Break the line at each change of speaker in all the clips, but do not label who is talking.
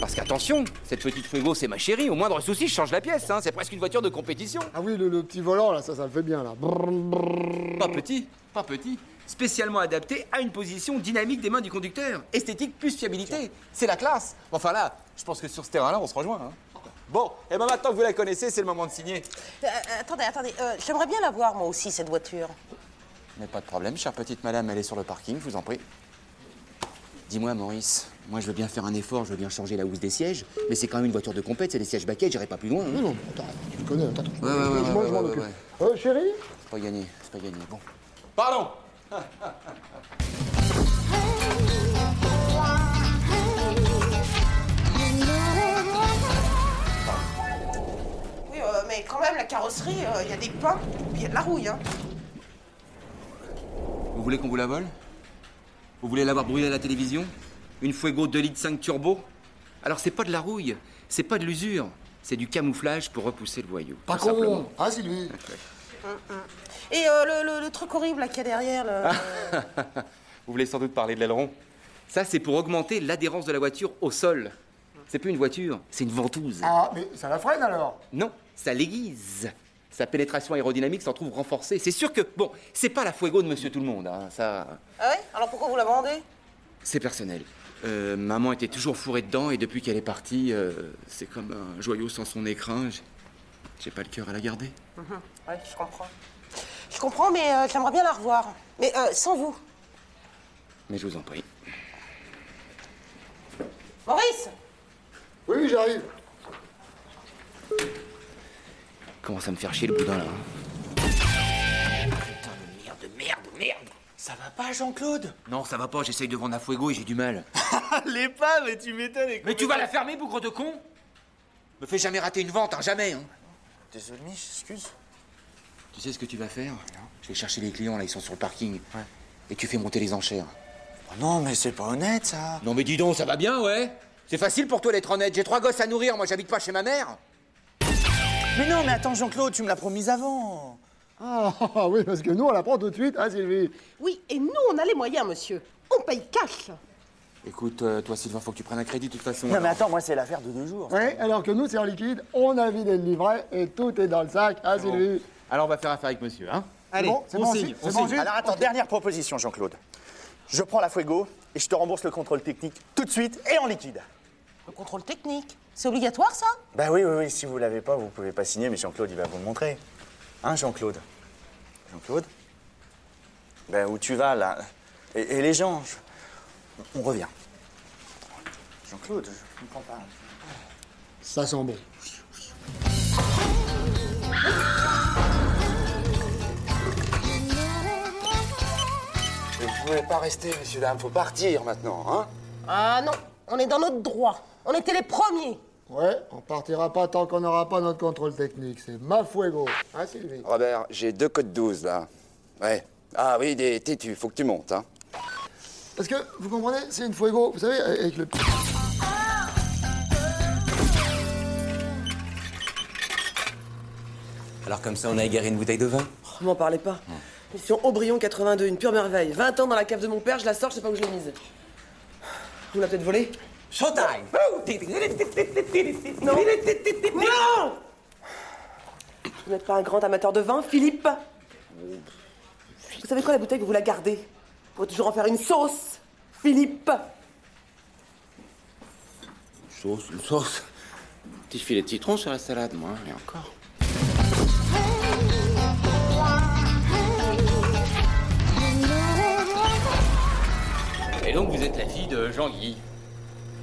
Parce qu'attention, cette petite frigo, c'est ma chérie. Au moindre souci, je change la pièce. hein. C'est presque une voiture de compétition.
Ah oui, le, le petit volant, là, ça, ça le fait bien, là. Brrr, brrr.
Pas petit, pas petit. Spécialement adapté à une position dynamique des mains du conducteur. Esthétique plus fiabilité. C'est la classe. Enfin là, je pense que sur ce terrain-là, on se rejoint. hein. Bon, et ben maintenant que vous la connaissez, c'est le moment de signer.
Euh, euh, attendez, attendez, euh, j'aimerais bien la voir moi aussi, cette voiture.
Mais pas de problème, chère petite madame, elle est sur le parking, je vous en prie. Dis-moi, Maurice, moi je veux bien faire un effort, je veux bien changer la housse des sièges, mais c'est quand même une voiture de compète, c'est des sièges baquets, j'irai pas plus loin. hein.
Non, non, attends, tu le connais, attends, attends, je
Ouais, ouais, ouais,
je m'en- je m'en
ouais, ouais,
occupe.
ouais.
Euh, chérie
C'est pas gagné, c'est pas gagné. Bon. Pardon
Oui, euh, mais quand même, la carrosserie, euh, il y a des pins, puis il y a de la rouille. Hein.
Vous voulez qu'on vous la vole Vous voulez l'avoir brûlée à la télévision Une Fuego 2 litres 5 turbo Alors c'est pas de la rouille, c'est pas de l'usure, c'est du camouflage pour repousser le voyou.
Pas
tout simplement.
con Ah, c'est lui
Et euh, le, le- le truc horrible là, qu'il y a derrière, le-
Vous voulez sans doute parler de l'aileron Ça, c'est pour augmenter l'adhérence de la voiture au sol. C'est plus une voiture, c'est une ventouse.
Ah, mais ça la freine, alors
Non, ça l'aiguise. Sa pénétration aérodynamique s'en trouve renforcée. C'est sûr que, bon, c'est pas la Fuego de Monsieur Tout-le-Monde, hein, ça...
Ah ouais Alors pourquoi vous la vendez
C'est personnel. Euh, maman était toujours fourrée dedans et depuis qu'elle est partie, euh, c'est comme un joyau sans son écrin. J'ai- J'ai pas le cœur à la garder.
Ouais, je comprends. Je comprends, mais euh, j'aimerais bien la revoir. Mais euh, sans vous.
Mais je vous en prie.
Maurice
Oui, oui, j'arrive.
Commence à me faire chier le boudin là. hein.
Merde, merde, merde
Ça va pas, Jean-Claude Non, ça va pas, j'essaye de vendre à Fuego et j'ai du mal.
Allez pas, mais tu m'étonnes
Mais tu vas la fermer, bougre de con Me fais jamais rater une vente, hein, jamais hein.
Désolé, excuse.
Tu sais ce que tu vas faire Je vais chercher les clients là, ils sont sur le parking. Et tu fais monter les enchères.
Oh non, mais c'est pas honnête, ça
Non mais dis donc, ça va bien, ouais C'est facile pour toi d'être honnête, j'ai trois gosses à nourrir, moi j'habite pas chez ma mère
Mais non, mais attends, Jean-Claude, tu me l'as promise avant
Ah, ah, oui, parce que nous, on la prend tout de suite, hein, Sylvie
Oui, et nous, on a les moyens, monsieur. On paye cash.
Écoute, euh, toi Sylvain, faut que tu prennes un crédit de toute façon.
Non, mais attends, moi, c'est l'affaire de deux jours.
Oui, alors que nous, c'est en liquide, on a vidé le livret et tout est dans le sac, hein, Sylvie
Alors on va faire affaire avec monsieur, hein
Allez,
bon, c'est bon, c'est- c'est bon, juste
Alors attends, dernière proposition, Jean-Claude. Je prends la Fuego et je te rembourse le contrôle technique tout de suite et en liquide.
Le contrôle technique. C'est obligatoire, ça
Bah oui, oui, oui, si vous l'avez pas, vous pouvez pas signer, mais Jean-Claude, il va vous le montrer. Hein, Jean-Claude Jean-Claude Ben, où tu vas, là et, et les gens je- On revient. Jean-Claude, je comprends pas.
Ça sent bon.
Vous pouvez pas rester, messieurs, dames. Faut partir maintenant, hein
Ah non, on est dans notre droit. On était les premiers.
Ouais, on partira pas tant qu'on n'aura pas notre contrôle technique. C'est ma fuego, hein, Sylvie
Robert, j'ai deux codes 12, là. Ouais. Ah oui, des têtus. Faut que tu montes, hein.
Parce que, vous comprenez, c'est une fuego, vous savez, avec le... petit-
Alors comme ça, on a égaré une bouteille de vin
Ne m'en parlez pas. Mission Aubryon 82, une pure merveille. 20 ans dans la cave de mon père, je la sors, je sais pas où je l'ai mise. On l'a peut-être volée
Oh,
Showtime
Non Non Vous n'êtes pas un grand amateur de vin, Philippe Vous savez quoi, la bouteille, vous la gardez. Vous pourrez toujours en faire une sauce, Philippe
Sauce, une sauce. Petit filet de citron sur la salade, moi, et encore. Et donc vous êtes la fille de Jean-Guy.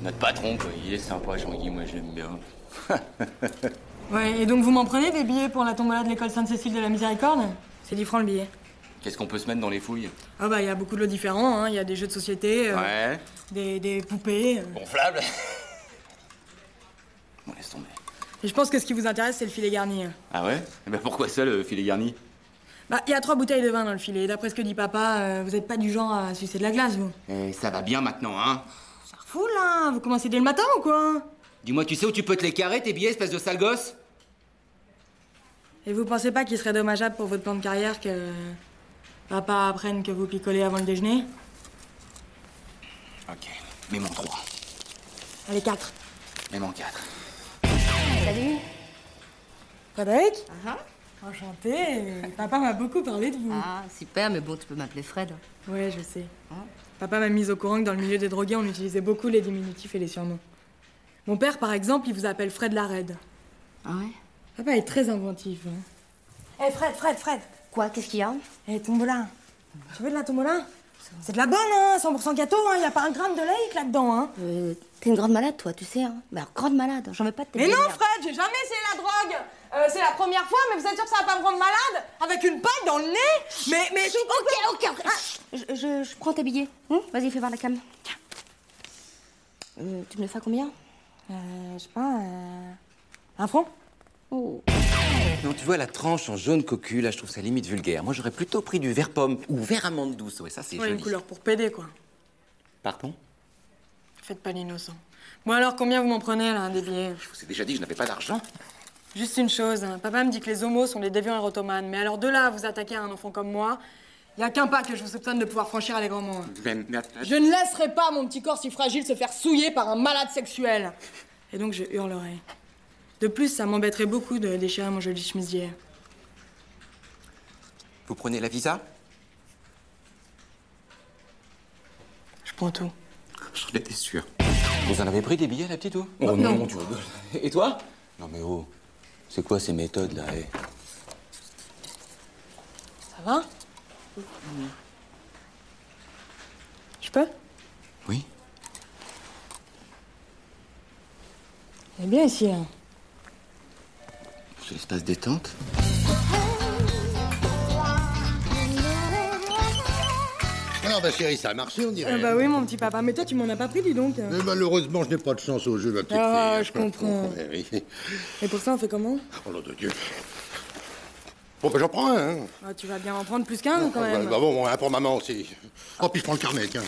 Notre patron, quoi. Il est sympa, Jean-Guy, moi j'aime bien.
Ouais, et donc vous m'en prenez des billets pour la tombola de l'école Sainte-Cécile de la Miséricorde C'est 10 francs le billet.
Qu'est-ce qu'on peut se mettre dans les fouilles
Ah bah, il y a beaucoup de lots différents, hein. Il y a des jeux de société, euh,
Ouais.
des, des poupées. euh.
Gonflable Bon, laisse tomber.
Et je pense que ce qui vous intéresse, c'est le filet garni. hein.
Ah ouais Eh ben pourquoi ça, le filet garni
Bah, il y a trois bouteilles de vin dans le filet. Et D'après ce que dit papa, euh, vous n'êtes pas du genre à sucer de la glace, vous.
Eh, ça va bien maintenant, hein
Fou, là hein. Vous commencez dès le matin ou quoi hein
Dis-moi, tu sais où tu peux te les carrer, tes billets, espèce de sale gosse
Et vous pensez pas qu'il serait dommageable pour votre plan de carrière que papa apprenne que vous picolez avant le déjeuner
Ok, même en 3,
Allez, quatre.
même en 4.
Salut Frédéric ah. Enchanté. Papa m'a beaucoup parlé de vous.
Ah, super, mais bon, tu peux m'appeler Fred.
Ouais, je sais. Papa m'a mise au courant que dans le milieu des drogués, on utilisait beaucoup les diminutifs et les surnoms. Mon père, par exemple, il vous appelle Fred la Raide.
Ah ouais
Papa est très inventif. Hé Eh, Fred, Fred, Fred Ah.
Quoi Qu'est-ce qu'il y a
Hé, Eh, tombola Tu veux de la tombola C'est de la bonne, hein 100% gâteau, hein Y a pas un gramme de laïc là-dedans, hein
Euh, T'es une grande malade, toi, tu sais, hein Bah, alors, grande malade, j'en veux pas de tes
Mais non,
galères.
Fred, j'ai jamais essayé la drogue Euh, C'est la première fois, mais vous êtes sûr que ça va pas me rendre malade Avec une paille dans le nez Mais, mais... Ah.
Ok, ok, ok. Ah, Je, je- je prends tes billets. hein Vas-y, fais voir la cam. Tiens. Euh, tu me le fais à combien
Euh, je sais pas, euh... Un franc
Oh.
Non, tu vois, la tranche en jaune cocu, là, je trouve ça limite vulgaire. Moi, j'aurais plutôt pris du vert pomme ou vert amande douce. Ouais, ça, c'est
Ouais, une
joli.
couleur pour PD, quoi.
Pardon
Faites pas l'innocent. Bon alors, combien vous m'en prenez, là, des billets
Je vous ai déjà dit que je n'avais pas d'argent.
Juste une chose, hein. papa me dit que les homos sont des déviants érotomanes, mais alors de là à vous attaquer à un enfant comme moi, y a qu'un pas que je vous soupçonne de pouvoir franchir allègrement. hein.
Mais, mais attends-
Je ne laisserai pas mon petit corps si fragile se faire souiller par un malade sexuel. Et donc je hurlerai. De plus, ça m'embêterait beaucoup de déchirer mon joli chemisier.
Vous prenez la visa
Je prends tout.
J'en étais sûr. Vous en avez pris des billets, la petite, ou Oh
Non.
tu rigoles. Et toi Non, mais oh, c'est quoi ces méthodes, là eh
Ça va Je peux
Oui.
C'est bien ici, hein. là.
C'est l'espace détente
Alors, bah, chérie, ça a marché, on
Eh
dirait.
ben,
hein.
Ah bah oui, mon petit papa, mais toi, tu m'en as pas pris, dis donc.
Mais malheureusement, je n'ai pas de chance au jeu, ma petite
Ah,
fille.
je comprends.
Eh oui.
Et pour ça, on fait comment
Oh, nom de Dieu. Bon, bah, j'en prends un. Hein.
Ah, Tu vas bien en prendre plus qu'un, quand
Bah,
même.
bah, bon, un pour maman aussi. Oh, puis je prends le carnet, tiens.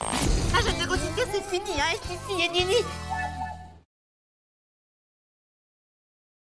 Ah, générosité, c'est fini, hein, Fifi et Nini